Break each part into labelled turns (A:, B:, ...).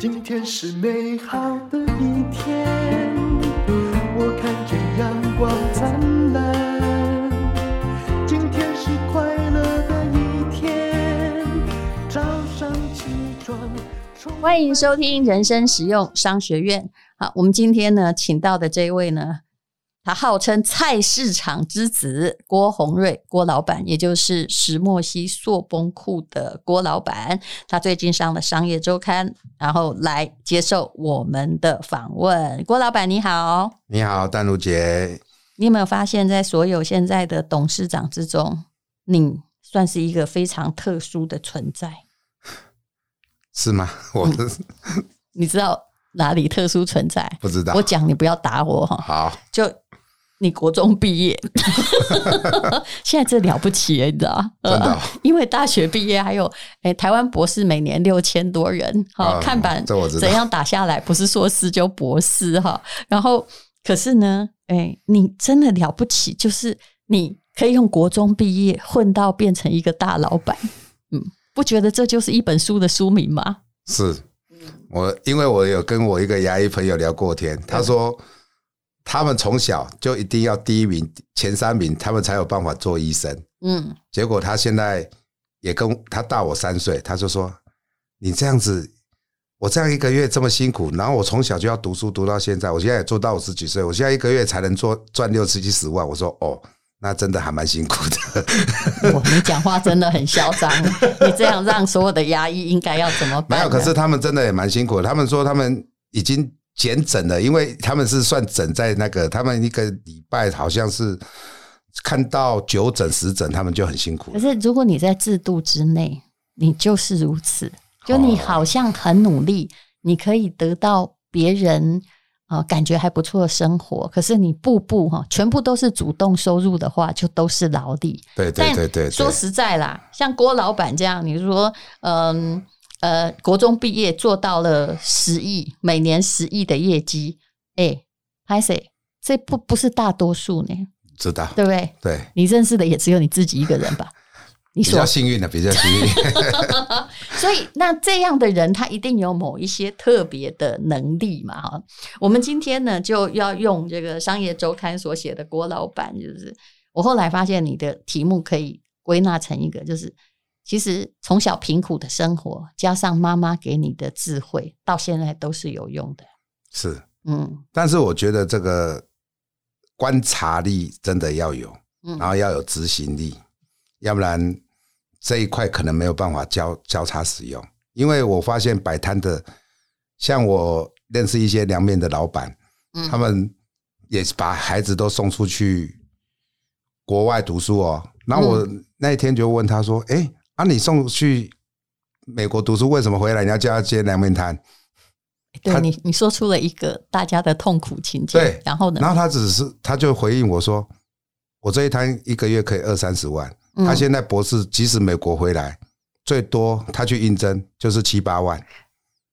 A: 今天是美好的一天，我看见阳光灿烂。今天是快乐的一天，早上起床。充满
B: 欢迎收听人生实用商学院。好，我们今天呢，请到的这一位呢，他号称菜市场之子郭宏瑞，郭老板，也就是石墨烯塑崩库的郭老板，他最近上了《商业周刊》，然后来接受我们的访问。郭老板你好，
C: 你好，丹如姐。
B: 你有没有发现，在所有现在的董事长之中，你算是一个非常特殊的存在？
C: 是吗？ 我是
B: 你知道哪里特殊存在？
C: 不知道。
B: 我讲你不要打我哈，
C: 好，
B: 就你国中毕 业， 现在这了不起耶，你知道吗？
C: 真的哦
B: 因为大学毕业还有诶、台湾博士每年六千多人，哈、
C: 嗯
B: 看板
C: 这我知道
B: 怎样打下来，不是硕士就博士哈、然后可是呢，诶、你真的了不起，就是你可以用国中毕业混到变成一个大老板，嗯，不觉得这就是一本书的书名吗？
C: 是我，因为我有跟我一个牙医朋友聊过天，他说他们从小就一定要第一名、前三名，他们才有办法做医生。
B: 嗯，
C: 结果他现在也跟他大我三岁，他就说：“你这样子，我这样一个月这么辛苦，然后我从小就要读书读到现在，我现在也做到五十几岁，我现在一个月才能做赚六十几十万。”我说：“哦，那真的还蛮辛苦的。”
B: 哇，你讲话真的很嚣 张，你这样让所有的牙医应该要怎么
C: 没
B: 办呢？
C: 有，可是他们真的也蛮辛苦的。他们说他们已经减诊了，因为他们是算诊在那个，他们一个礼拜好像是看到九诊十诊，他们就很辛苦
B: 可
C: 了。
B: 是如果你在制度之内，你就是如
C: 哦
B: 此，就你好像很努力，你可以得到别人呃感觉还不错的生活，可是你步步哈全部都是主动收入的话，就都是劳力。
C: 对对
B: 但
C: 对对对
B: 说，实在啦，像郭老板这样，你说，嗯呃，国中毕业做到了十亿，每年十亿的业绩，哎，拍谁？这不不是大多数呢，
C: 知道
B: 对不对？
C: 对，
B: 你认识的也只有你自己一个人吧？你
C: 比
B: 所
C: 较幸运的，比较幸运。
B: 所以，那这样的人他一定有某一些特别的能力嘛，哈。我们今天呢，就要用这个《商业周刊》所写的郭老板，就是我后来发现你的题目可以归纳成一个，就是其实从小贫苦的生活，加上妈妈给你的智慧，到现在都是有用的。
C: 是，
B: 嗯
C: 但是我觉得这个观察力真的要有，
B: 嗯
C: 然后要有执行力，要不然这一块可能没有办法交交叉使用。因为我发现摆摊的，像我认识一些凉面的老板，
B: 嗯
C: 他们也是把孩子都送出去国外读书哦。然后我那一天就问他说：“哎、啊，你送去美国读书，为什么回来你要叫他接凉面摊？”
B: 对
C: 他
B: 你，你说出了一个大家的痛苦情节。
C: 对
B: 然后呢？
C: 然后他只是他就回应我说：“我这一摊一个月可以二三十万，
B: 嗯
C: 他现在博士即使美国回来，最多他去应征就是七八万。”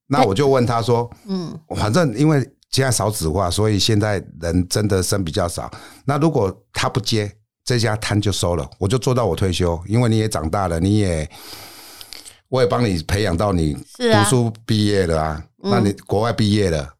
C: 那我就问他说
B: 嗯：“
C: 反正因为现在少子化，所以现在人真的生比较少。那如果他不接这家摊就收了，我就做到我退休，因为你也长大了，你也我也帮你培养到你
B: 是啊
C: 读书毕业了啊，那你国外毕业了。”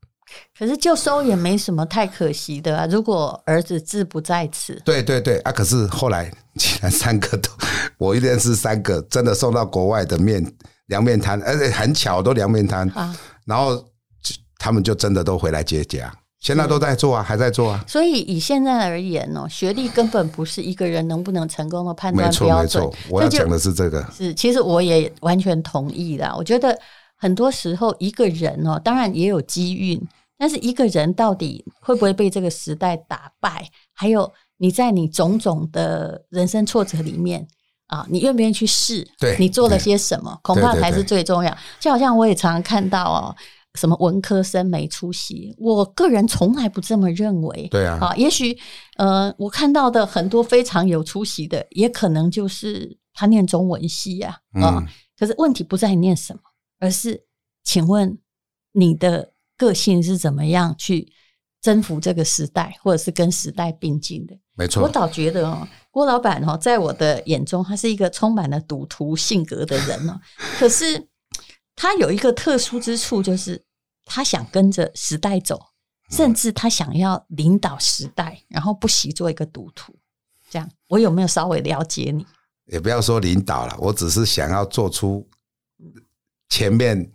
B: 可是就收也没什么太可惜的啊。如果儿子志不在此，
C: 对对对啊！可是后来竟然三个都，我一认识三个真的送到国外的面凉面摊，而且很巧都凉 面摊，
B: 啊，
C: 然后就他们就真的都回来接家，现在都在做啊，还在做啊，
B: 所以以现在而言哦，学历根本不是一个人能不能成功的判
C: 没
B: 断
C: 错
B: 标
C: 没
B: 准
C: 错。，我要
B: 这就
C: 讲的是这个，
B: 是，其实我也完全同意啦。我觉得很多时候一个人哦，当然也有机运，但是一个人到底会不会被这个时代打败，还有你在你种种的人生挫折里面。啊，你愿不愿意去试？
C: 对
B: 你做了些什么，恐怕
C: 对对
B: 才是
C: 对
B: 最重要。就好像我也常常看到哦，什么文科生没出息，我个人从来不这么认为。
C: 对啊，
B: 啊，也许呃，我看到的很多非常有出息的，也可能就是他念中文系呀、啊，啊、
C: 嗯，
B: 可是问题不在你念什么，而是请问你的个性是怎么样去征服这个时代，或者是跟时代并进的？
C: 没
B: 我
C: 错，
B: 倒觉得哦，郭老板哦， 在我的眼中，他是一个充满了赌徒性格的人哦。可是他有一个特殊之处，就是他想跟着时代走，
C: 嗯
B: 甚至他想要领导时代，然后不惜做一个赌徒。这样，我有没有稍微了解你？
C: 也不要说领导了，我只是想要做出前面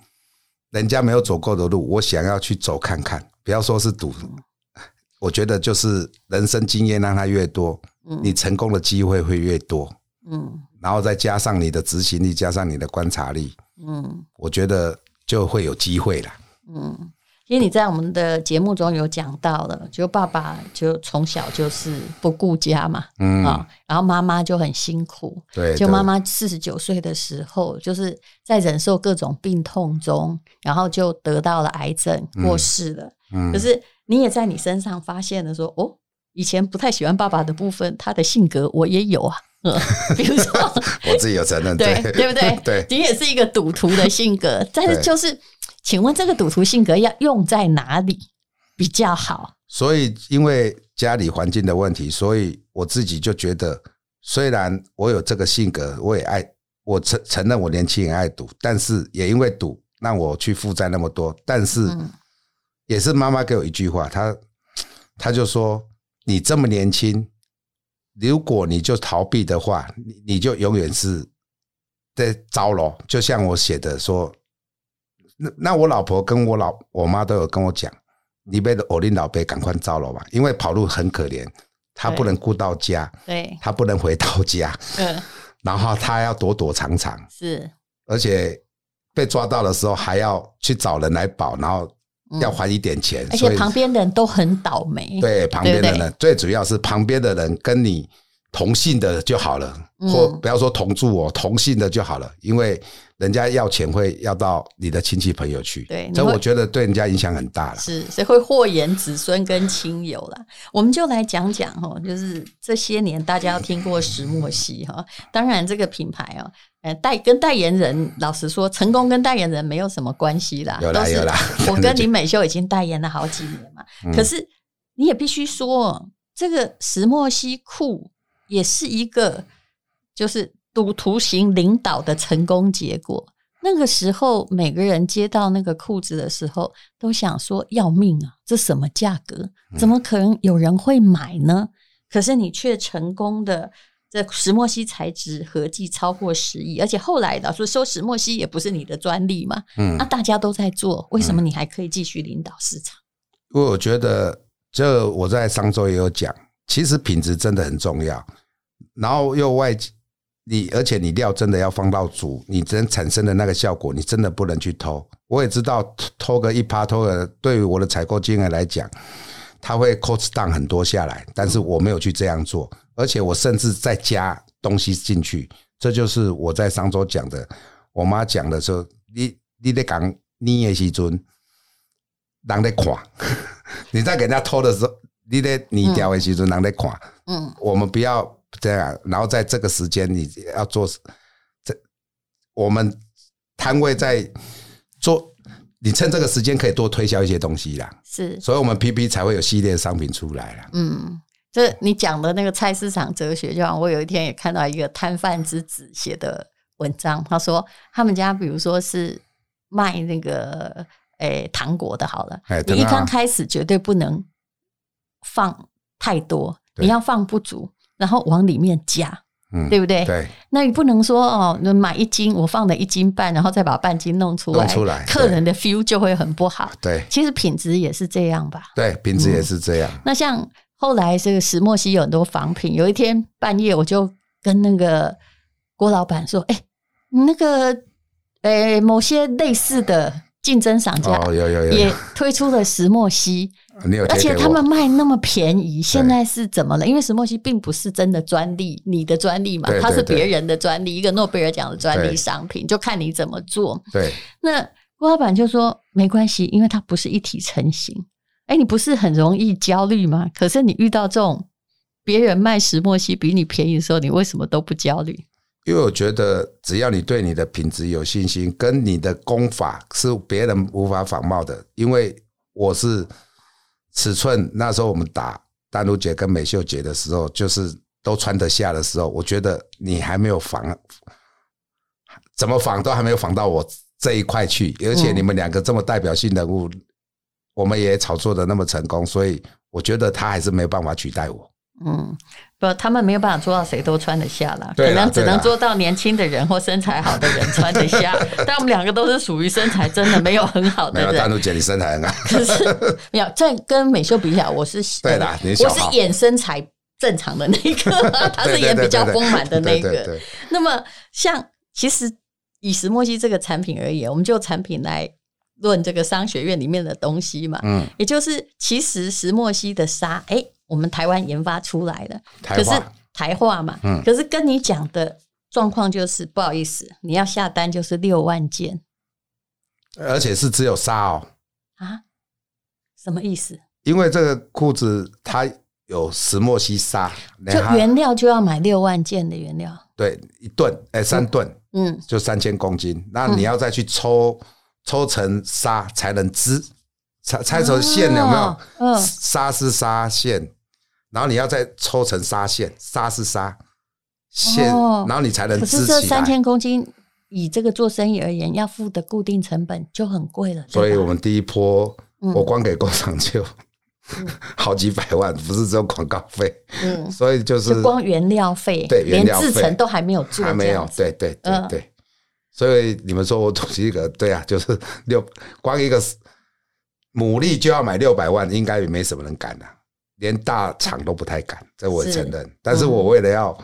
C: 人家没有走过的路，我想要去走看看。不要说是赌，
B: 嗯
C: 我觉得就是人生经验让他越多，
B: 嗯
C: 你成功的机会会越多。
B: 嗯
C: 然后再加上你的执行力，加上你的观察力，
B: 嗯
C: 我觉得就会有机会了。
B: 嗯。因为你在我们的节目中有讲到了，就爸爸就从小就是不顾家嘛，
C: 嗯，
B: 啊、然后妈妈就很辛苦，
C: 对，
B: 就
C: 对
B: 妈妈四十九岁的时候，就是在忍受各种病痛中，然后就得到了癌症，
C: 嗯
B: 过世了。
C: 嗯
B: 可是你也在你身上发现了说，哦，以前不太喜欢爸爸的部分，他的性格我也有啊。嗯 比如说，
C: 我自己有承认，
B: 对
C: 对
B: 对不对？
C: 对，
B: 你也是一个赌徒的性格，但是
C: 对
B: 就是，请问这个赌徒性格要用在哪里比较好？
C: 所以因为家里环境的问题，所以我自己就觉得，虽然我有这个性格，我也爱，我承承认我年轻也爱赌，但是也因为赌让我去负债那么多，但是
B: 嗯
C: 也是妈妈给我一句话，她她就说：“你这么年轻，如果你就逃避的话，你你就永远是在糟了。”就像我写的说，那那我老婆跟我老我妈都有跟我讲，你被偶令老伯赶快糟了吧，因为跑路很可怜，她
B: 对
C: 不能顾到家，
B: 对，
C: 她不能回到家，
B: 嗯，
C: 然后她要躲躲藏藏，
B: 是，
C: 而且被抓到的时候还要去找人来保，然后要还一点钱，
B: 嗯而
C: 所
B: 且
C: 以
B: 旁边的人都很倒霉。
C: 对旁边的
B: 对
C: 人，最主要是旁边的人跟你同姓的就好了，
B: 嗯
C: 或不要说同住哦，同姓的就好了，因为人家要钱会要到你的亲戚朋友去，
B: 对你
C: 这
B: 会
C: 我觉得对人家影响很大了。
B: 是，所以会祸延子孙跟亲友啦。我们就来讲讲哦，就是这些年大家要听过石墨烯哈，当然这个品牌哦，呃，代跟代言人，老实说，成功跟代言人没有什么关系啦，
C: 有
B: 都
C: 啦
B: 是，
C: 有啦
B: 我跟林美秀已经代言了好几年嘛，可是你也必须说，这个石墨烯裤也是一个就是赌徒型领导的成功结果。那个时候，每个人接到那个裤子的时候，都想说要命啊，这什么价格？
C: 嗯
B: 怎么可能有人会买呢？可是你却成功的。这石墨烯材质合计超过十亿，而且后来老师说石墨烯也不是你的专利嘛，
C: 嗯
B: 那、，大家都在做，为什么你还可以继续领导市场？
C: 因为我觉得，这我在上周也有讲，其实品质真的很重要。然后又外你，而且你料真的要放到足，你真产生的那个效果，你真的不能去偷。我也知道偷偷个一趴，偷个对于我的采购金额来讲，它会 cost down 很多下来，但是我没有去这样做，而且我甚至再加东西进去，这就是我在上周讲的，我妈讲的说，你你在讲你的时阵，人在看， 你在给人家偷的时候，你在你掉的时阵，人在看，
B: 嗯
C: 我们不要这样，然后在这个时间你要做这，我们摊位在做，你趁这个时间可以多推销一些东西啦。，
B: 是，
C: 所以我们 PP 才会有系列商品出来了。
B: 嗯，这你讲的那个菜市场哲学，就像我有一天也看到一个摊贩之子写的文章，他说他们家比如说是卖那个诶、糖果的，好了，
C: 哎，
B: 你
C: 等
B: 一
C: 到
B: 刚开始绝对不能放太多，
C: 对
B: 你要放不足，然后往里面加，
C: 嗯
B: 对不对？
C: 对，
B: 那你不能说哦，那买一斤，我放了一斤半，然后再把半斤弄出来，
C: 弄出来
B: 客
C: 对
B: 人的 feel 就会很不好。
C: 对
B: 其实品质也是这样吧。
C: 对，品质也是这样。
B: 那像后来这个石墨烯有很多仿品，有一天半夜我就跟那个郭老板说：“哎、你那个呃、某些类似的竞争商家
C: 哦，有有有
B: 嗯也
C: 有，
B: 推出了石墨烯，
C: 你有
B: 而
C: 贴
B: 且
C: 给
B: 他们
C: 我？
B: 卖那么便宜，现在是怎么了？因为石墨烯并不是真的专利，你的专利嘛
C: 对，对
B: 它是别
C: 对
B: 人的专利，一个诺贝尔奖的专利
C: 对
B: 商品，就看你怎么做。
C: 对
B: 那郭老板就说没关系，因为它不是一体成型。哎，你不是很容易焦虑吗？可是你遇到这种别人卖石墨烯比你便宜的时候，你为什么都不焦虑？
C: 因为我觉得，只要你对你的品质有信心，跟你的功法是别人无法仿冒的。因为我是尺寸，那时候我们打丹如姐跟美秀姐的时候，就是都穿得下的时候，我觉得你还没有仿，怎么仿都还没有仿到我这一块去，而且你们两个这么代表性人物，我们也炒作的那么成功，所以我觉得他还是没有办法取代我。
B: 嗯，不，他们没有办法做到谁都穿得下啦，
C: 对
B: 可
C: 啦
B: 能只
C: 对啦
B: 能做到年轻的人或身材好的人穿得 下。但我们两个都是属于身材真的没有很好
C: 没
B: 的
C: 有，丹
B: 人，
C: 露姐你身材很好，
B: 可是没有。这跟美秀比起来，我是
C: 对啦你小
B: 我
C: 号
B: 是演身材正常的那一 个，他是啊演比较丰满的那
C: 对
B: 一
C: 对对
B: 个。
C: 对，
B: 那么像其实以石墨烯这个产品而言，我们就产品来论这个商学院里面的东西嘛，
C: 嗯，
B: 也就是其实石墨烯的沙，哎、我们台湾研发出来的。
C: 台
B: 可是
C: 话
B: 台话嘛，
C: 嗯
B: 可是跟你讲的状况就是不好意思，你要下单就是六万件
C: 而且是只有纱哦，
B: 啊，什么意思？
C: 因为这个裤子它有石墨烯纱，
B: 就
C: 然后
B: 原料就要买六万件的原料，
C: 对一吨哎三吨
B: 嗯，
C: 就三千公斤，那你要再去抽抽成纱才能织，拆拆成线有没有
B: 哦？啊嗯，
C: 纱是纱线，然后你要再抽成纱线，纱是纱线，
B: 哦
C: 然后你才能
B: 可是
C: 织
B: 这
C: 起
B: 三
C: 来。
B: 千公斤，以这个做生意而言，要付的固定成本就很贵了，对吧
C: 所以我们第一波，
B: 嗯
C: 我光给工厂就 好几百万，不是只有广告费，
B: 嗯，
C: 所以就是
B: 就光原料费，
C: 对原
B: 连
C: 料费
B: 制成都还没有做，
C: 还没
B: 这
C: 有，
B: 样
C: 对对对
B: 嗯
C: 对。所以你们说我土鸡个对啊，就是六光一个牡蛎就要买六百万，应该也没什么人敢的、连大厂都不太敢，这我也
B: 是嗯
C: 承认。但是我为了要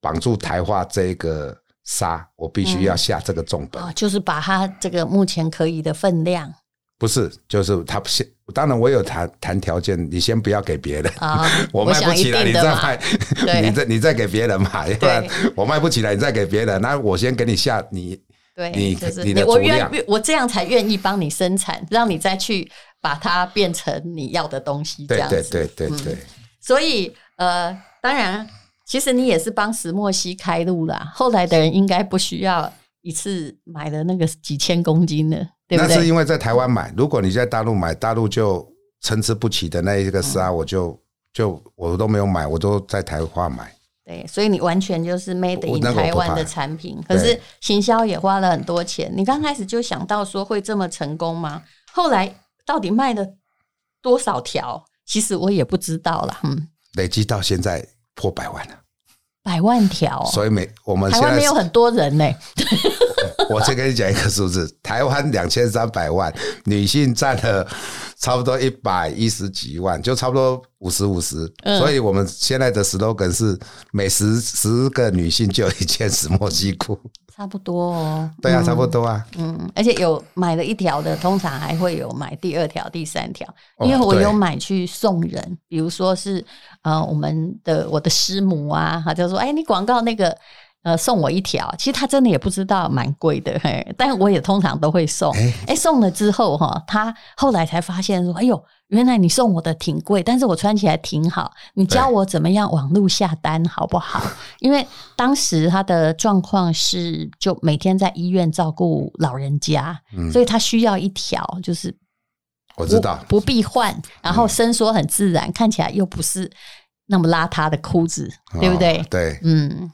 C: 绑住台化这一个沙，我必须要下这个重
B: 子
C: 本，
B: 嗯哦，就是把它这个目前可以的分量
C: 不是就是他不先。当然，我有谈谈条件，你先不要给别人，，
B: 啊
C: 我卖不
B: 想一
C: 起来，你
B: 定的
C: 再
B: 嘛。
C: 卖，
B: 对
C: 你再你再给别人嘛，要不然
B: 对
C: 我卖不起来，你再给别人，那我先给你下你
B: 对，
C: 你
B: 就是
C: 你的
B: 我
C: 足
B: 愿
C: 量
B: 我这样才愿意帮你生产，让你再去把它变成你要的东西，这
C: 对
B: 样子。嗯
C: 对对对对，
B: 所以呃，当然，其实你也是帮石墨烯开路啦。后来的人应该不需要一次买了那个几千公斤的，对不
C: 那是
B: 对？
C: 因为在台湾买，如果你在大陆买，大陆就参差不齐的那一个沙，
B: 嗯
C: 我就就我都没有买，我都在台化买。
B: 对，所以你完全就是 made
C: 我
B: in
C: 那个我
B: 台
C: 不
B: 湾
C: 怕
B: 的产品，可
C: 对
B: 是行销也花了很多钱。你刚开始就想到说会这么成功吗？后来到底卖了多少条？其实我也不知道啦，嗯。
C: 累积到现在破百万了，
B: 百万条、哦，
C: 所以每我们
B: 台
C: 现
B: 湾
C: 在
B: 没有很多人呢、
C: 我先跟你讲一个数字，台湾两千三百万女性占了差不多一百一十几万，就差不多五十五十。
B: 嗯
C: 所以我们现在的 slogan 是每十十个女性就有一件石墨烯裤。
B: 差不多哦。
C: 对啊，差不多啊。
B: 嗯，而且有买了一条的，通常还会有买第二条、第三条，
C: 哦
B: 因为我
C: 对
B: 有买去送人，比如说是呃我们的我的师母啊，她就说：“哎，你广告那个呃送我一条。”其实她真的也不知道蛮贵的，嘿，但我也通常都会送。
C: 哎
B: 哎、送了之后哈，她后来才发现说：“哎呦，原来你送我的挺贵，但是我穿起来挺好。你教
C: 对
B: 我怎么样网络下单好不好？” 因为当时她的状况是就每天在医院照顾老人家，
C: 嗯
B: 所以她需要一条就是
C: 我
B: 我
C: 知道，嗯
B: 不必换，然后伸缩很自然，看起来又不是那么邋遢的裤子，对不对
C: 哦？对，
B: 嗯，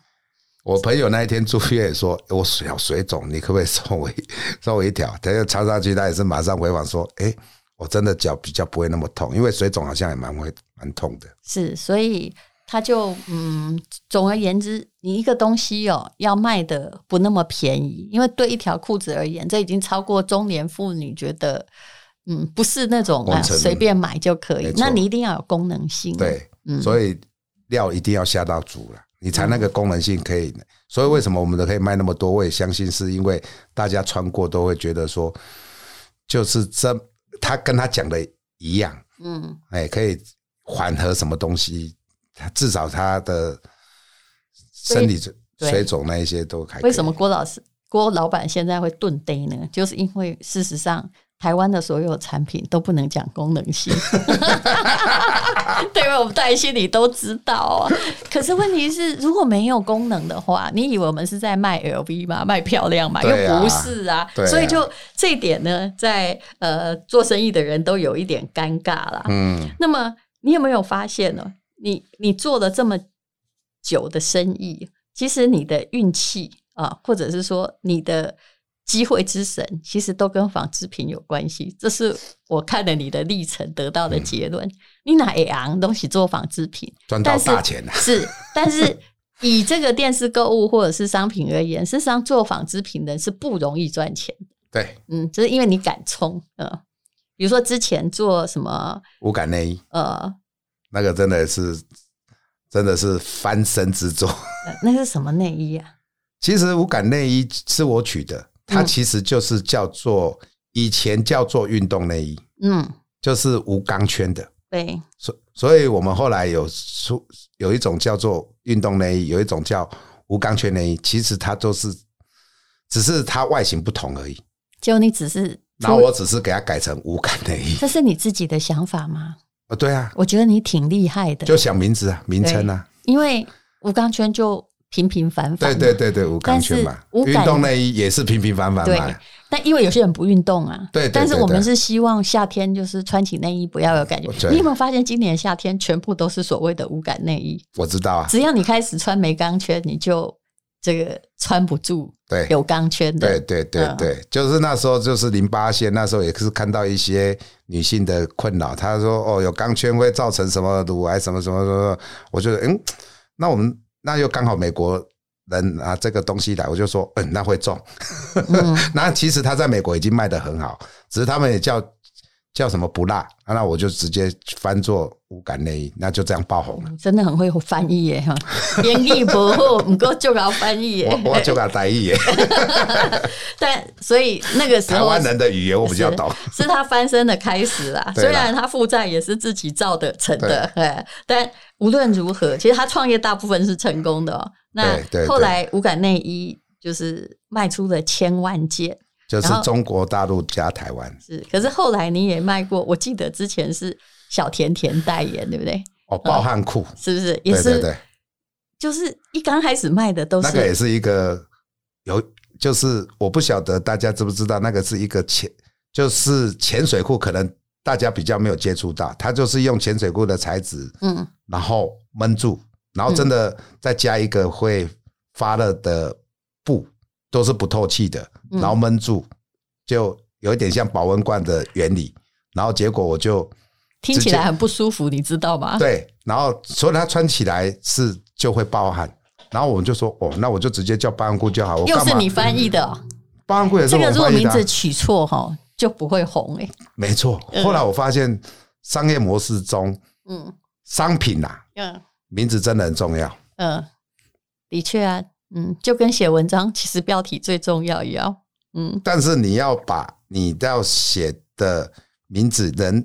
C: 我朋友那一天住院也说，我小水肿，你可不可以送我一 送我一条？他就插上去，他也是马上回访说，哎、我真的脚比较不会那么痛，因为水肿好像也蛮会蛮痛的。
B: 是，所以他就嗯，总而言之，你一个东西哦，要卖的不那么便宜，因为对一条裤子而言，这已经超过中年妇女觉得。嗯，不是那种啊，
C: 工程
B: 随便买就可以
C: 没。错
B: 那你一定要有功能性。
C: 对，
B: 嗯
C: 所以料一定要下到足了，你才那个功能性可以。所以为什么我们的可以卖那么多？我也相信是因为大家穿过都会觉得说，就是这他跟他讲的一样，
B: 嗯，
C: 哎，可以缓和什么东西，它至少他的生理水
B: 对
C: 水肿那一些都还可以
B: 为什么郭老师、郭老板现在会顿呆呢？就是因为事实上，台湾的所有产品都不能讲功能性， 对吧？我们大家心里都知道啊。可是问题是，如果没有功能的话，你以为我们是在卖 LV 吗？卖漂亮吗？
C: 对啊
B: 又不是啊。
C: 对啊
B: 所以就这一点呢，在呃做生意的人都有一点尴尬啦。
C: 嗯，
B: 那么你有没有发现呢？你你做了这么久的生意，其实你的运气啊，或者是说你的机会之神，其实都跟纺织品有关系。这是我看了你的历程得到的结论。你哪一行东西做纺织品，
C: 赚到
B: 但是
C: 大钱了、
B: 是，但是以这个电视购物或者是商品而言，事实上做纺织品的人是不容易赚钱的。
C: 对，
B: 嗯，就是因为你敢冲，嗯，比如说之前做什么，
C: 无感内衣
B: 呃，
C: 那个真的是真的是翻身之作。
B: 那是什么内衣啊？
C: 其实无感内衣是我取的，它
B: 嗯
C: 其实就是叫做、以前叫做运动内衣，
B: 嗯，
C: 就是无钢圈的。
B: 对，
C: 所所以，我们后来有出有一种叫做运动内衣，有一种叫无钢圈内衣，其实它都是只是它外形不同而已。
B: 就你只是
C: 然后我
B: 出，
C: 只是给它改成无感内衣。
B: 这是你自己的想法吗？
C: 哦，对啊，
B: 我觉得你挺厉害的，
C: 就想名字啊，名称啊，
B: 因为无钢圈就平平凡凡
C: 对
B: 嘛，
C: 对对对，无钢圈嘛，
B: 但是无
C: 运
B: 感
C: 动内衣也是平平凡凡
B: 对
C: 嘛。。
B: 但因为有些人不运动啊，
C: 对对
B: 但是
C: 对
B: 我们
C: 对哦
B: 是希望夏天就是穿起内衣不要有感觉。
C: 对
B: 你有没有发现今年夏天全部都是所谓的无感内衣？
C: 我知道啊，
B: 只要你开始穿没钢圈，你就这个穿不住
C: 对
B: 有钢圈的。
C: 对对对
B: 嗯
C: 对，就是那时候就是淋巴线，那时候也是看到一些女性的困扰，她说哦，有钢圈会造成什么乳癌什么什么什么，我觉得嗯，那我们那又刚好美国。人拿这个东西来，我就说，嗯，那会中。
B: 嗯
C: 那其实他在美国已经卖得很好，只是他们也叫叫什么不辣，啊那我就直接翻做无感内衣，那就这样爆红 了。
B: 真的很会翻译耶 哈，演绎不好，不过就搞翻译耶。
C: 我我就敢台语 耶，
B: 但所以那个时
C: 台
B: 候
C: 湾人的语言我比较懂。
B: 是他翻身的开始啦。
C: 对
B: 虽
C: 啦
B: 然他负债也是自己造的成的，哎，但无论如何，其实他创业大部分是成功的、哦。那
C: 对对对
B: 后来无感内衣就是卖出了千万件，
C: 就是
B: 然后
C: 中国大陆加台湾
B: 是。可是后来你也卖过，我记得之前是小甜甜代言，对不对？
C: 哦，暴汗裤，
B: 是不是？也
C: 对
B: 是，
C: 对对，
B: 就是一刚开始卖的都
C: 那个也
B: 是
C: 是一个有，就是我不晓得大家知不知道，那个是一个潜，就是潜水裤，可能大家比较没有接触到，它就是用潜水裤的材质，
B: 嗯
C: 然后闷住，然后真的再加一个会发热的布，都是不透气的，
B: 嗯
C: 然后闷住，就有一点像保温罐的原理。然后结果我就
B: 听起来很不舒服，你知道吗？
C: 对，然后所以它穿起来是就会暴汗。然后我们就说，哦，那我就直接叫暴汗裤就好。我
B: 又
C: 干
B: 是
C: 嘛
B: 你翻译的、哦，
C: 暴汗裤也是
B: 这
C: 我
B: 个
C: 翻译
B: 如
C: 的啊、
B: 果名字取错哈、哦，就不会红哎、
C: 没错。
B: 嗯
C: 后来我发现商业模式中
B: 嗯
C: 商品呐、
B: 嗯。
C: 名字真的很重要。
B: 嗯，的确啊，嗯，就跟写文章其实标题最重要一样。嗯，
C: 但是你要把你要写的名字能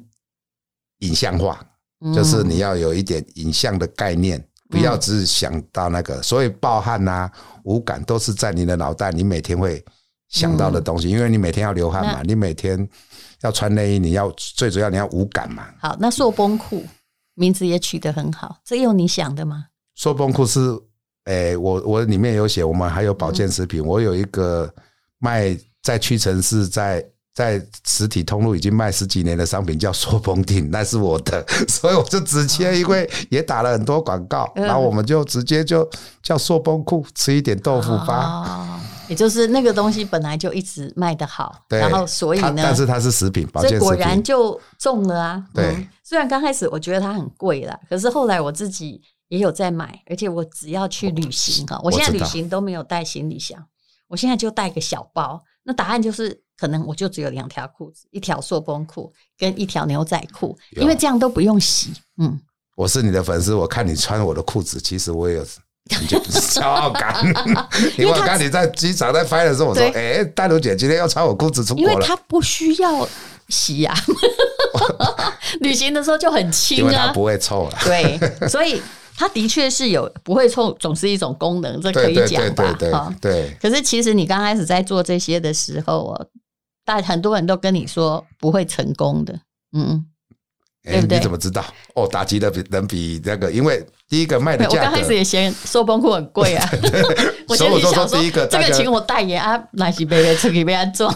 C: 影像化，
B: 嗯
C: 就是你要有一点影像的概念，不要只想到那个。所以暴汗啊、无感都是在你的脑袋，你每天会想到的东西，因为你每天要流汗嘛，你每天要穿内衣，你要最主要你要无感嘛。
B: 好，那硕崩裤名字也取得很好，这用你想的吗？
C: 说崩裤是，诶、我我里面有写，我们还有保
B: 嗯
C: 健食品，我有一个卖在屈臣氏在。在实体通路已经卖十几年的商品叫塑封定，那是我的， 所以我就直接因为也打了很多广告，
B: 哦嗯
C: 然后我们就直接就叫塑封裤，吃一点豆腐吧。
B: 哦，也就是那个东西本来就一直卖得好，
C: 对，
B: 然后所以
C: 它
B: 呢，
C: 但是它是食品，保
B: 所以
C: 健
B: 果
C: 食
B: 然
C: 品，
B: 就中了啊。
C: 对
B: 嗯虽然刚开始我觉得它很贵啦，可是后来我自己也有在买，而且我只要去旅行啊哈，我现在
C: 我知
B: 旅
C: 道
B: 行都没有带行李箱，我现在就带个小包。那答案就是，可能我就只有两条裤子，一条塑崩裤跟一条牛仔裤，
C: 有
B: 因为这样都不用洗。嗯，
C: 我是你的粉丝，我看你穿我的裤子，其实我也有。 你就骄傲感， 因为我看你在机场在拍的时候，我说：“哎、戴茹姐今天要穿我裤子出
B: 因
C: 国
B: 为
C: 了。
B: 它不需要洗 呀、旅行的时候就很”
C: 因
B: 轻
C: 为它
B: 啊，
C: 不会臭了。
B: 对，所以它的确是有不会臭，总是一种功能，这 可
C: 对
B: 以
C: 对
B: 讲
C: 对
B: 吧？
C: 对对
B: 哈
C: 对，
B: 可是其实你刚开始在做这些的时候哦，但很多人都跟你说不会成功的，嗯，对
C: 哎，
B: 不对
C: 你怎么知道？哦，打击的比人比那个，因为第一个卖的
B: 我
C: 价
B: 刚开始
C: 格，
B: 也嫌收崩裤很贵 啊，我心
C: 所以我
B: 里
C: 就
B: 想
C: 说第一个
B: 这
C: 大
B: 个
C: 家，
B: 请我代言啊，那是被出去被安 装，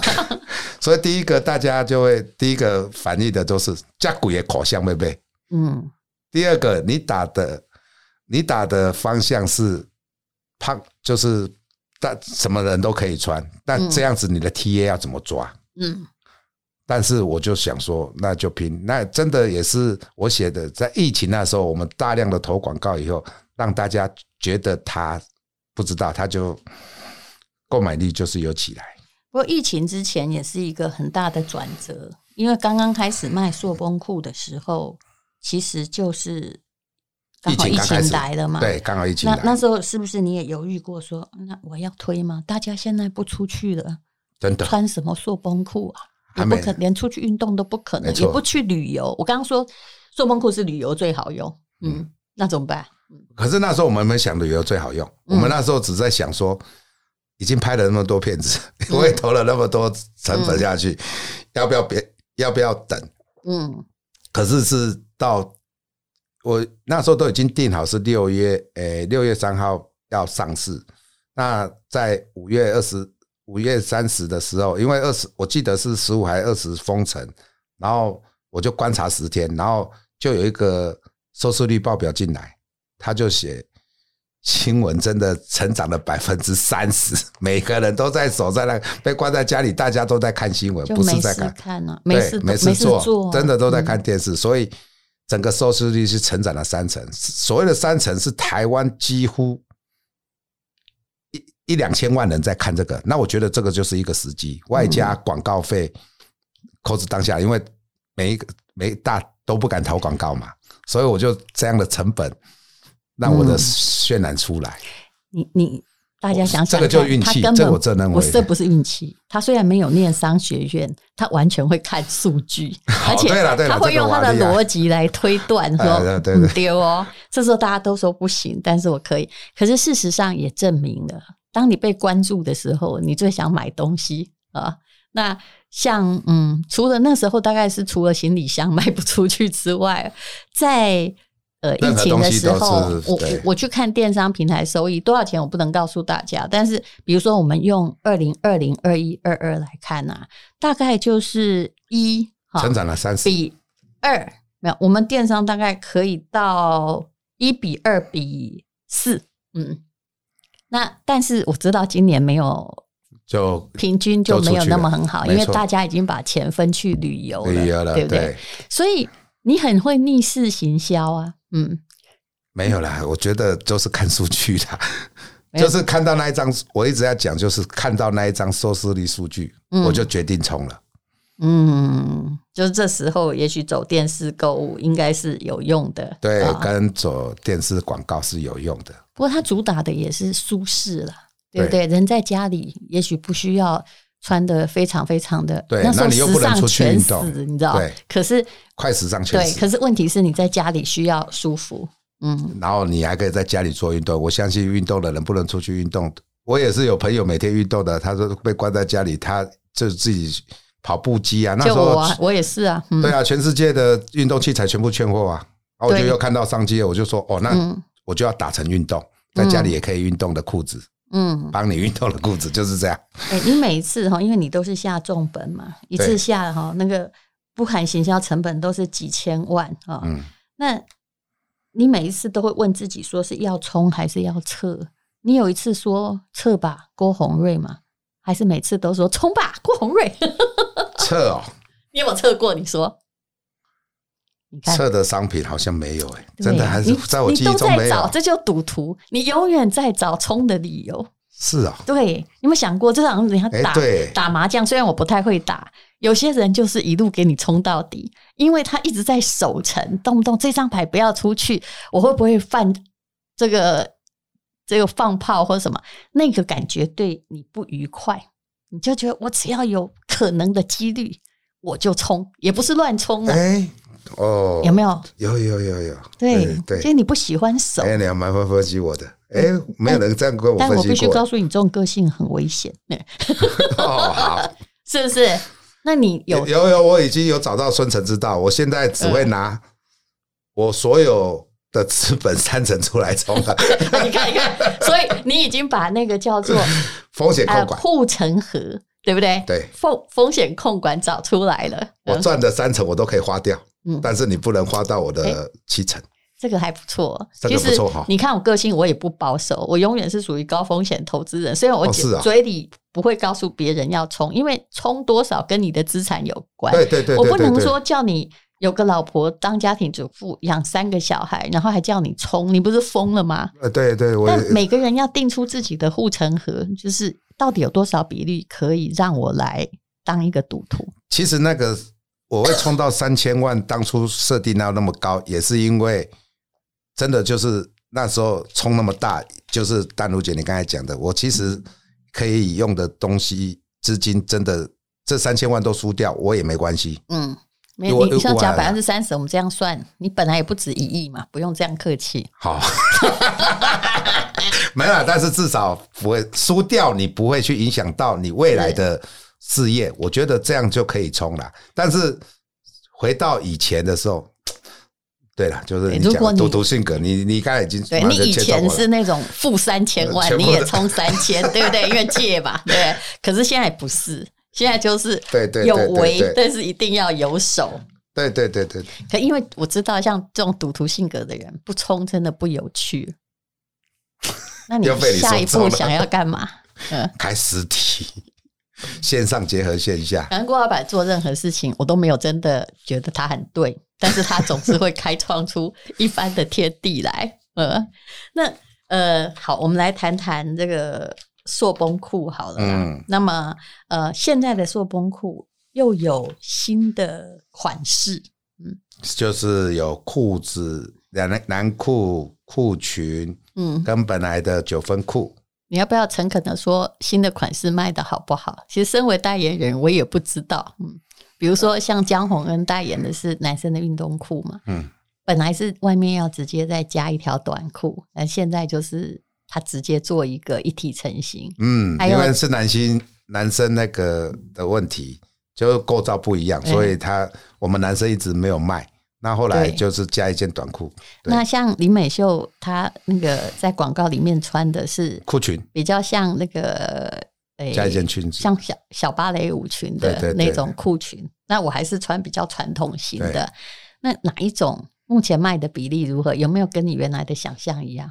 C: 所以第一个大家就会第一个反应的都是价骨也口香，对不对？
B: 嗯
C: 第二个，你打的你打的方向是胖，就是但什么人都可以穿，但
B: 嗯
C: 这样子你的 TA 要怎么抓？
B: 嗯
C: 但是我就想说，那就拼，那真的也是我写的，在疫情那时候，我们大量的投广告以后，让大家觉得他不知道，他就购买力就是有起来。
B: 不过疫情之前也是一个很大的转折，因为刚刚开始卖塑崩裤的时候，其实就是刚好疫
C: 刚开
B: 情
C: 始
B: 来了嘛。
C: 对，刚好疫情
B: 那
C: 来，
B: 那时候是不是你也犹豫过说，那我要推吗？大家现在不出去了，
C: 真的
B: 穿什么塑崩裤啊？也
C: 还
B: 不
C: 没
B: 可连出去运动都不可能
C: 没，错
B: 也不去旅游。我刚刚说塑崩裤是旅游最好用，嗯，那怎么办？
C: 可是那时候我们没想旅游最好用，
B: 嗯
C: 我们那时候只在想说，已经拍了那么多片子， 我也投了那么多成本下去，要不要别要不要等？
B: 嗯
C: 可是是到我那时候都已经定好是六月，诶、六月三号要上市。那在五月二十、五月三十的时候，因为二十我记得是十五还二十封城，然后我就观察十天，然后就有一个收视率报表进来，他就写新闻真的成长了百分之三十，每个人都在守在那被关在家里，大家都在看新闻，
B: 就
C: 呃不是
B: 没
C: 在
B: 事
C: 看
B: 看啊，
C: 对，
B: 事没
C: 没事做，
B: 做啊，
C: 真的都在
B: 嗯
C: 看电视，所以整个收视率是成长了三成。所谓的三成是台湾几乎一一两千万人在看这个，那我觉得这个就是一个时
B: 嗯
C: 机，外加广告费扣子当下，因为每一个每一大都不敢投广告嘛，所以我就这样的成本让我的
B: 嗯
C: 渲染出来。
B: 你你大家想想看，
C: 哦这个就运气
B: 他根
C: 这
B: 本
C: 个我真认为
B: 我这不是运气。他虽然没有念商学院，他完全会看数据，而且
C: 哦对了对了
B: 他会
C: 这个
B: 用
C: 我
B: 他的
C: 厉害
B: 逻辑来推断说
C: 哎对对
B: 嗯
C: 对
B: 丢哦。这时候大家都说不行，但是我可以。可是事实上也证明了，当你被关注的时候，你最想买东西啊。那像嗯，除了那时候大概是除了行李箱 卖不出去之外，在呃
C: 任
B: 疫
C: 何
B: 情
C: 东
B: 的
C: 西
B: 时
C: 都是
B: 候，我我
C: 对
B: 我去看电商平台收益多少钱，我不能告诉大家。但是比如说，我们用二零二零、二一、二二来看啊，大概就是一哈
C: 成长了三十，
B: 比二没有，我们电商大概可以到一比二比四，嗯。那但是我知道今年没有
C: 就
B: 平均就没有那么很好，
C: 就出去了
B: 因为
C: 没错
B: 大家已经把钱分去旅游了，
C: 旅游了，
B: 对不对？
C: 对。
B: 所以你很会逆势行销啊，嗯，
C: 没有啦，我觉得就是看数据啦，
B: 没有
C: 就是看到那一张，我一直要讲，就是看到那一张收视率数据，
B: 嗯
C: 我就决定冲了。
B: 嗯，就是这时候，也许走电视购物应该是有用的。
C: 对，
B: 啊
C: 跟走电视广告是有用的，
B: 不过它主打的也是舒适啦，对不对？
C: 对
B: 人在家里也许不需要穿的非常非常的，
C: 对
B: 时候
C: 那你又不
B: 时
C: 能
B: 尚
C: 出去
B: 全
C: 运
B: 死
C: 动，
B: 你知道？
C: 对
B: 可是
C: 快时尚全
B: 对，可
C: 是。
B: 是问题是你在家里需要舒服，嗯，
C: 然后你还可以在家里做运动，我相信运动的人不能出去运动。我也是有朋友每天运动的，他说被关在家里，他就自己跑步机啊。那时
B: 就我、
C: 候
B: 啊、我也是啊，嗯，
C: 对啊，全世界的运动器材全部缺货啊。然后我就
B: 对
C: 又看到商机了，我就说哦，那
B: 嗯
C: 我就要打成运动，在家里也可以运动的裤子。
B: 嗯，
C: 帮你运动的裤子就是这样。
B: 哎、你每一次哈，因为你都是下重本嘛，一次
C: 对
B: 下哈那个不含行销成本都是几千万啊，
C: 嗯，
B: 那你每一次都会问自己，说是要冲还是要撤？你有一次说撤吧，郭宏瑞嘛，还是每次都说冲吧，郭宏瑞？
C: 测哦，
B: 你有没有测过？你说，你看，
C: 测的商品好像没有哎、
B: 对
C: 真的还是
B: 你
C: 在我记忆
B: 你都
C: 中
B: 在
C: 没
B: 找，
C: 有。
B: 这就赌徒，你永远在找冲的理由。
C: 是哦，
B: 对，你有没有想过，这好像人家
C: 哎
B: 打、
C: 对
B: 打麻将，虽然我不太会打，有些人就是一路给你冲到底，因为他一直在守城，动不动这张牌不要出去，我会不会犯这个这个放炮或者什么？那个感觉对你不愉快，你就觉得我只要有可能的几率，我就冲，也不是乱冲啊，
C: 哎、哦，
B: 有没有？
C: 有有有有，
B: 对，
C: 对
B: 就是你不喜欢守，
C: 哎、你还蛮会分析我的，哎、没有人这样跟我
B: 嗯但
C: 分
B: 我必
C: 析
B: 须
C: 过。
B: 告诉你，这种个性很危险，
C: 哦，好，
B: 是不是？那你有
C: 有有有，我已经有找到孙成之道，我现在只会拿我所有的资本三成出来冲 了，
B: 你看，你看，所以你已经把那个叫 做
C: 风险
B: 呃
C: 控管。
B: 护城河，对不对？
C: 对
B: 风风险控管找出来了。
C: 我赚的三成我都可以花掉，
B: 嗯哎
C: 但是你不能花到我的七成。
B: 这个还不错，
C: 这个不
B: 其实
C: 错哈
B: 你看我个性，我也不保守，我永远是属于高风险投资人。虽然我
C: 哦
B: 嘴
C: 是啊
B: 嘴里不会告诉别人要冲，因为冲多少跟你的资产有关。
C: 对对对对
B: 哎我
C: 对
B: 不
C: 对
B: 能说叫你有个老婆当家庭主妇养三个小孩，然后还叫你冲，你不是疯了吗？
C: 呃，对对，我
B: 但每个人要定出自己的护城河，就是到底有多少比例可以让我来当一个赌徒？
C: 其实那个我会冲到三千万，当初设定到那么高，也是因为真的就是那时候冲那么大，就是丹如姐你刚才讲的，我其实可以用的东西资金真的这三千万都输掉，我也没关系。
B: 嗯，没
C: 我
B: 有，你像
C: 我啊
B: 讲
C: 来
B: 百
C: 了
B: 分之三十，我们这样算，你本来也不止一亿嘛，不用这样客气。
C: 好， 没有啦，啊但是至少不会输掉，你不会去影响到你未来的事业。我觉得这样就可以冲了。但是回到以前的时候，对了，就是你
B: 对如
C: 讲
B: 果
C: 的
B: 你
C: 赌徒性格，你你刚才已经
B: 对
C: 完
B: 你
C: 全
B: 以
C: 切中
B: 前
C: 我了呃
B: 是那种负三千
C: 全
B: 万，
C: 部
B: 你
C: 的
B: 也充三千，对不对？因为借 嘛，对不对。可是现在不是，现在就是
C: 对对对
B: 有
C: 对
B: 为，
C: 对
B: 但是一定要有守。
C: 对对对对，
B: 可因为我知道，像这种赌徒性格的人，不冲真的不有趣。那你
C: 又被你说
B: 下一
C: 中
B: 步
C: 了
B: 想要干嘛？
C: 开实体 线上结合线下，
B: 反正郭老板做任何事情，我都没有真的觉得他很对，但是他总是会开创出一番的天地来。呃， 那呃，好，我们来谈谈这个塑崩裤好了啦。
C: 嗯
B: 那么呃，现在的塑崩裤又有新的款式，
C: 就是有裤子、男男裤、裤裙
B: 嗯，
C: 跟本来的九分裤。
B: 你要不要诚恳的说新的款式卖的好不好？其实身为代言人，我也不知道。嗯，比如说像江宏恩代言的是男生的运动裤嘛，
C: 嗯，
B: 本来是外面要直接再加一条短裤，那现在就是他直接做一个一体成型。
C: 嗯，
B: 还
C: 因
B: 有
C: 为是男性男生那个的问题，就是构造不一样，
B: 嗯
C: 所以他我们男生一直没有卖。那后来
B: 对
C: 就是加一件短裤、对
B: 那像林美秀，她那个在广告里面穿的是
C: 裤裙，
B: 比较像那个，诶
C: 加一件裙子。
B: 哎像小小芭蕾舞裙
C: 对对
B: 的
C: 对
B: 那种裤裙。那我还是穿比较传统型的。那哪一种目前卖的比例如何？有没有跟你原来的想象一样？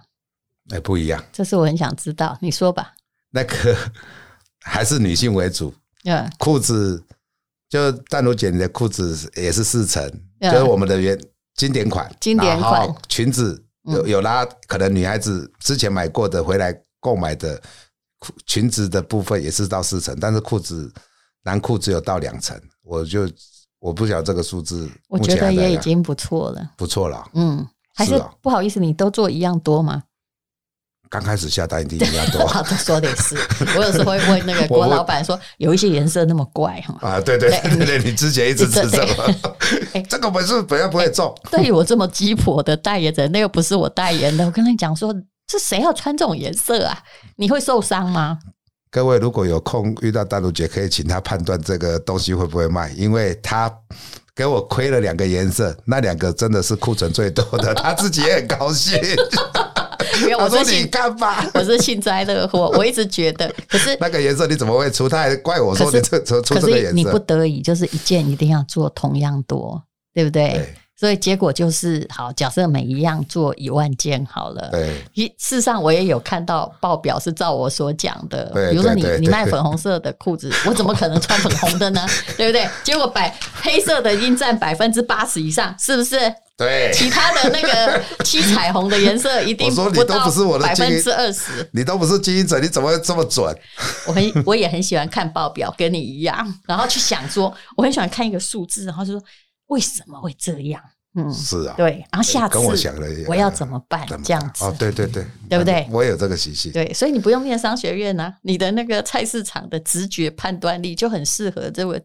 C: 哎、不一样，
B: 这是我很想知道，你说吧。
C: 那个还是女性为主，
B: 嗯，
C: 裤子就淡如姐你的裤子也是四层，
B: 嗯
C: 就是我们的原经典款，
B: 经典款
C: 然后裙子
B: 嗯
C: 有有拉，可能女孩子之前买过的回来购买的裤裙子的部分也是到四层，但是裤子男裤只有到两层，我就我不晓得这个数字，
B: 我
C: 目
B: 觉
C: 前
B: 得
C: 还在
B: 也已
C: 哪
B: 经不错了。
C: 不错了。
B: 嗯，还
C: 是
B: 是
C: 啊
B: 不好意思，你都做一样多 吗？
C: 刚开始下单一定比较
B: 好
C: 多
B: 的，说的也是。我有时候会问那个
C: 我
B: 郭
C: 会
B: 老板说，有一些颜色那么怪哈。
C: 啊，对对
B: 对
C: 对 对，你之前一直
B: 对对
C: 指这个，
B: 哎
C: 这个本是本来不会中，
B: 对于我这么鸡婆的代言人，那又不是我代言的，我跟他讲说，这谁要穿这种颜色啊？你会受伤 吗？
C: 各位如果有空遇到丹如姐，可以请她判断这个东西会不会卖，因为她给我亏了两个颜色，那两个真的是库存最多的，她自己也很高兴。
B: 没有，
C: 她
B: 我
C: 说
B: 最
C: 你
B: 近
C: 干吧，
B: 我是幸灾乐祸，我一直觉得，可是
C: 那个颜色你怎么会出？她还怪我说
B: 可是
C: 你这出 出
B: 可
C: 这个
B: 是
C: 颜
B: 你不
C: 色，
B: 得已就是一件一定要做同样多，对不对？
C: 对
B: 所以结果就是好，假设每一样做一万件好了。
C: 对
B: 一事实上，我也有看到报表是照我所讲的
C: 对，
B: 比如说你
C: 对对
B: 你
C: 对
B: 卖粉红色的裤子，我怎么可能穿粉红的呢？对不对？结果百黑色的应占百分之八十以上，是不是？
C: 对，
B: 其他的那个七彩虹的颜色一定
C: 我说你
B: 不
C: 都
B: 到
C: 不是我的
B: 百
C: 经
B: 分
C: 营
B: 之二十。
C: 你都不是经营者，你怎么会这么准？
B: 我很我也很喜欢看报表，跟你一样，然后去想说，我很喜欢看一个数字，然后就说为什么会这样？嗯，
C: 是啊，
B: 对，然后下次
C: 跟我想的一样
B: 我要怎么办？
C: 怎么办，
B: 这样子。
C: 哦，对对对，
B: 对不对
C: 我也有这个习性，
B: 对，所以你不用念商学院啊，你的那个菜市场的直觉判断力就很适合这个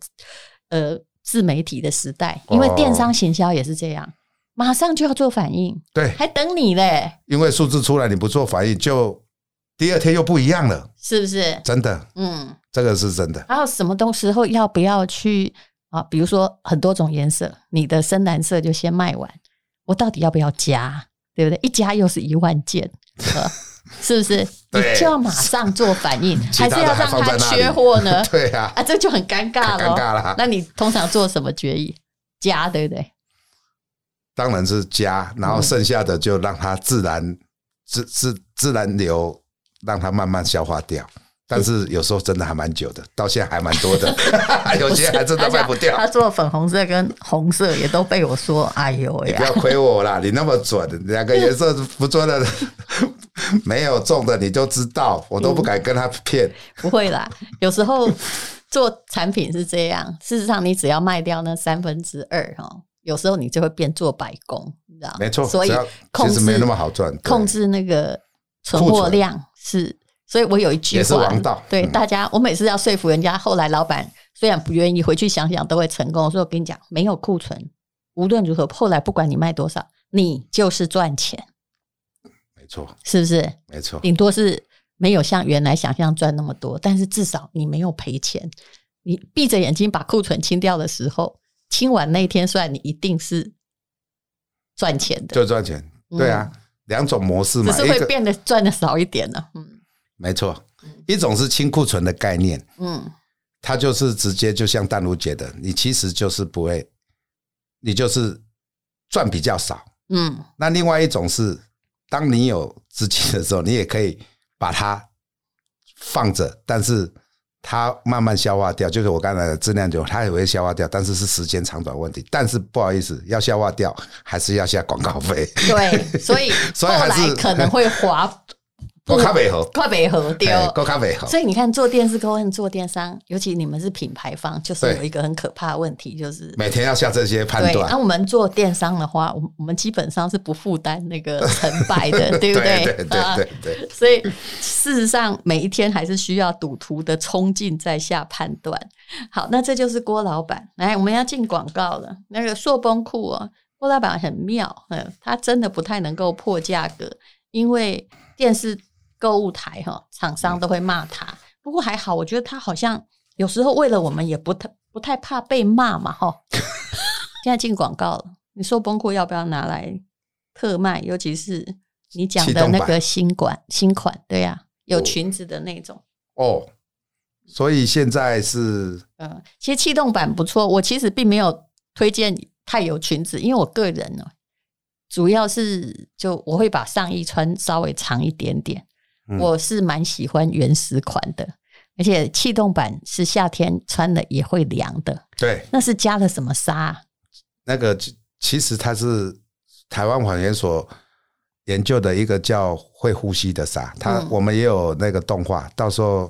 B: 呃自媒体的时代，因为
C: 哦
B: 电商行销也是这样，马上就要做反应，
C: 对，
B: 还等你嘞，
C: 因为数字出来你不做反应，就第二天又不一样了，
B: 是不是？
C: 真的，
B: 嗯，
C: 这个是真的。
B: 然后什么东时候要不要去啊？比如说很多种颜色，你的深蓝色就先卖完，我到底要不要加？对不对？一加又是一万件，呃是不是？你
C: 对
B: 就要马上做反应，
C: 其
B: 还是
C: 他的
B: 要
C: 还
B: 让
C: 放
B: 它
C: 在那里？
B: 缺货呢
C: 对呀、
B: 啊，这就很尴尬
C: 太
B: 了。
C: 尴尬了
B: 那你通常做什么决议？加，对不对？
C: 当然是加，然后剩下的就让它自然、自自自然流，让它慢慢消化掉。但是有时候真的还蛮久的，到现在还蛮多 的， 有些还真的卖不掉。
D: 他做粉红色跟红色也都被我说，哎呦
B: 啊
C: 你不
D: 呀，
C: 要亏我啦！你那么准，两个颜色不做的， 没有中的你就知道，我都不敢跟他骗。
B: 不会啦，有时候做产品是这样，事实上你只要卖掉那三分之二哦，有时候你就会变做白工，你知道吗？
C: 没错，
B: 所以
C: 只要
B: 控
C: 其
B: 制
C: 实没那么好赚，对
B: 控制那个存货量是。所以我有一句话，
C: 也是王道
B: 对、
C: 嗯
B: 大家，我每次要说服人家，后来老板虽然不愿意，回去想想都会成功。我说我跟你讲，没有库存，无论如何，后来不管你卖多少，你就是赚钱，
C: 没错，
B: 是不是？
C: 没错，
B: 顶多是没有像原来想象赚那么多，但是至少你没有赔钱。你闭着眼睛把库存清掉的时候，清完那一天算，你一定是赚钱的，
C: 就赚钱。对啊，两种模式
B: 嗯只
C: 嘛，
B: 是
C: 一
B: 会
C: 个
B: 变得赚的少一点呢、嗯
C: 没错，一种是清库存的概念，
B: 嗯，
C: 它就是直接就像淡如姐的，你其实就是不会，你就是赚比较少。
B: 嗯，
C: 那另外一种是，当你有资金的时候，你也可以把它放着，但是它慢慢消化掉，就是我刚才的质量酒，它也会消化掉，但是是时间长短问题。但是不好意思，要消化掉还是要下广告费，
B: 嗯对，所以后
C: 所以还是
B: 来可能会 滑
C: 够咖啡喝，
B: 快北河丢。
C: 哎够咖啡喝，
B: 哦所以你看，做电视购物、做电商，尤其你们是品牌方，就是
C: 对
B: 有一个很可怕的问题，就是
C: 每天要下这些判
B: 对，啊
C: 断
B: 那、。我们做电商的话，我们我们基本上是不负担那 个成败的，对不
C: 对
B: 对
C: 对
B: 啊
C: 对对，
B: 所以事实上，每一天还是需要赌徒的冲劲在下判断。好，那这就是郭老板。哎来，我们要进广告了。那个硕崩库哦，郭老板很妙，嗯，他真的不太能够破价格，因为电视购物台哈、厂商都会骂他。不过还好，我觉得他好像有时候为了我们也不太不太怕被骂嘛，哈。 现在进广告了，你说崩溃要不要拿来特卖？尤其是你讲
C: 气
B: 的
C: 动
B: 那
C: 版
B: 个新款新款，对呀、啊有
C: 哦
B: 裙子的那种。
C: 哦，所以现在是
B: 嗯，其实气动版不错，我其实并没有推荐太有裙子，因为我个人呢，主要是就我会把上衣穿稍微长一点点，
C: 嗯
B: 我是蛮喜欢原始款的，而且气动版是夏天穿了也会凉的，
C: 对
B: 那是加了什么纱啊、
C: 那个其其实它是台湾谎言所研究的一个叫会呼吸的沙，它、
B: 嗯
C: 我们也有那个动画，到时候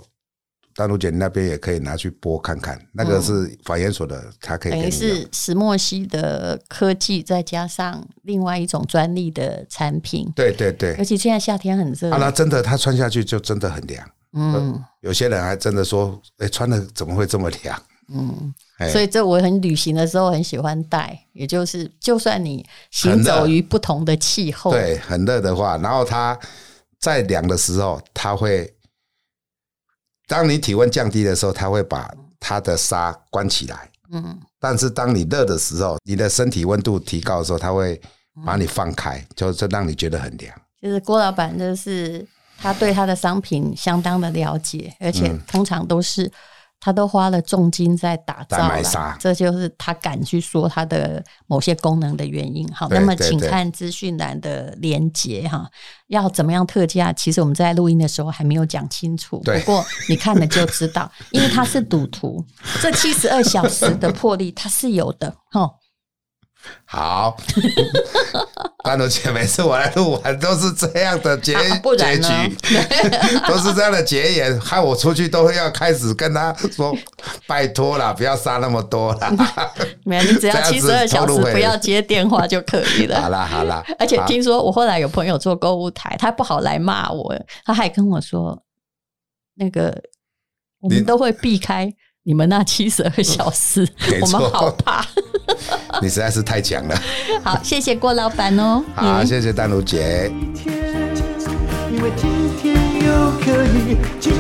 C: 丹如姐你那边也可以拿去播看看，那个是谎言所的，它可
B: 嗯
C: 以
B: 等
C: 给
B: 于
C: 你用
B: 是石墨烯的科技，再加上另外一种专利的产品，
C: 对对对
B: 尤，其现在夏天很热
C: 啊，，那真的它穿下去就真的很凉，
B: 嗯
C: 有些人还真的说，哎、穿的怎么会这么凉？
B: 嗯，
C: 哎
B: 所以这我很旅行的时候很喜欢带，也就是就算你行
C: 很热
B: 走于不同的气候，
C: 对，很热的话，然后它在凉的时候，它会，当你体温降低的时候，它会把它的纱关起来。
B: 嗯，
C: 但是当你热的时候，你的身体温度提高的时候，它会把你放
B: 嗯
C: 开，就是让你觉得很凉。
B: 就是郭老板就是他对他的商品相当的了解，而
C: 嗯
B: 且通常都是。他都花了重金在打造
C: 在买
B: 了
C: 纱，
B: 这就是他敢去说他的某些功能的原因。好，
C: 对
B: 那么
C: 对
B: 请
C: 对
B: 看资讯栏的连接哈。要怎么样特价？其实我们在录音的时候还没有讲清楚，不
C: 对
B: 过你看了就知道，因为他是赌徒，这七十二小时的魄力他是有的 哈。
C: 好，班主姐，每次我来录完都是这样的结、
B: 啊不然
C: 结
B: 呢
C: 局， 都是这样的结言，害我出去都会要开始跟他说，拜托啦，不要杀那么多啦。
B: 没有，你只要
C: 这
B: 七
C: 样
B: 十
C: 子
B: 二小时
C: 透露会
B: 不要接电话就可以了。
C: 好啦好啦，
B: 而且
C: 好
B: 听说我后来有朋友做购物台，他不好来骂我，他还跟我说，那个我们
C: 你
B: 都会避开你们那七十二小时，
C: 没
B: 我们
C: 错
B: 好怕。
C: 你实在是太强了。
B: 好，谢谢郭老板哦，
C: 好，
B: 嗯
C: 谢谢丹如姐。
A: 一天，因为今天又可以，今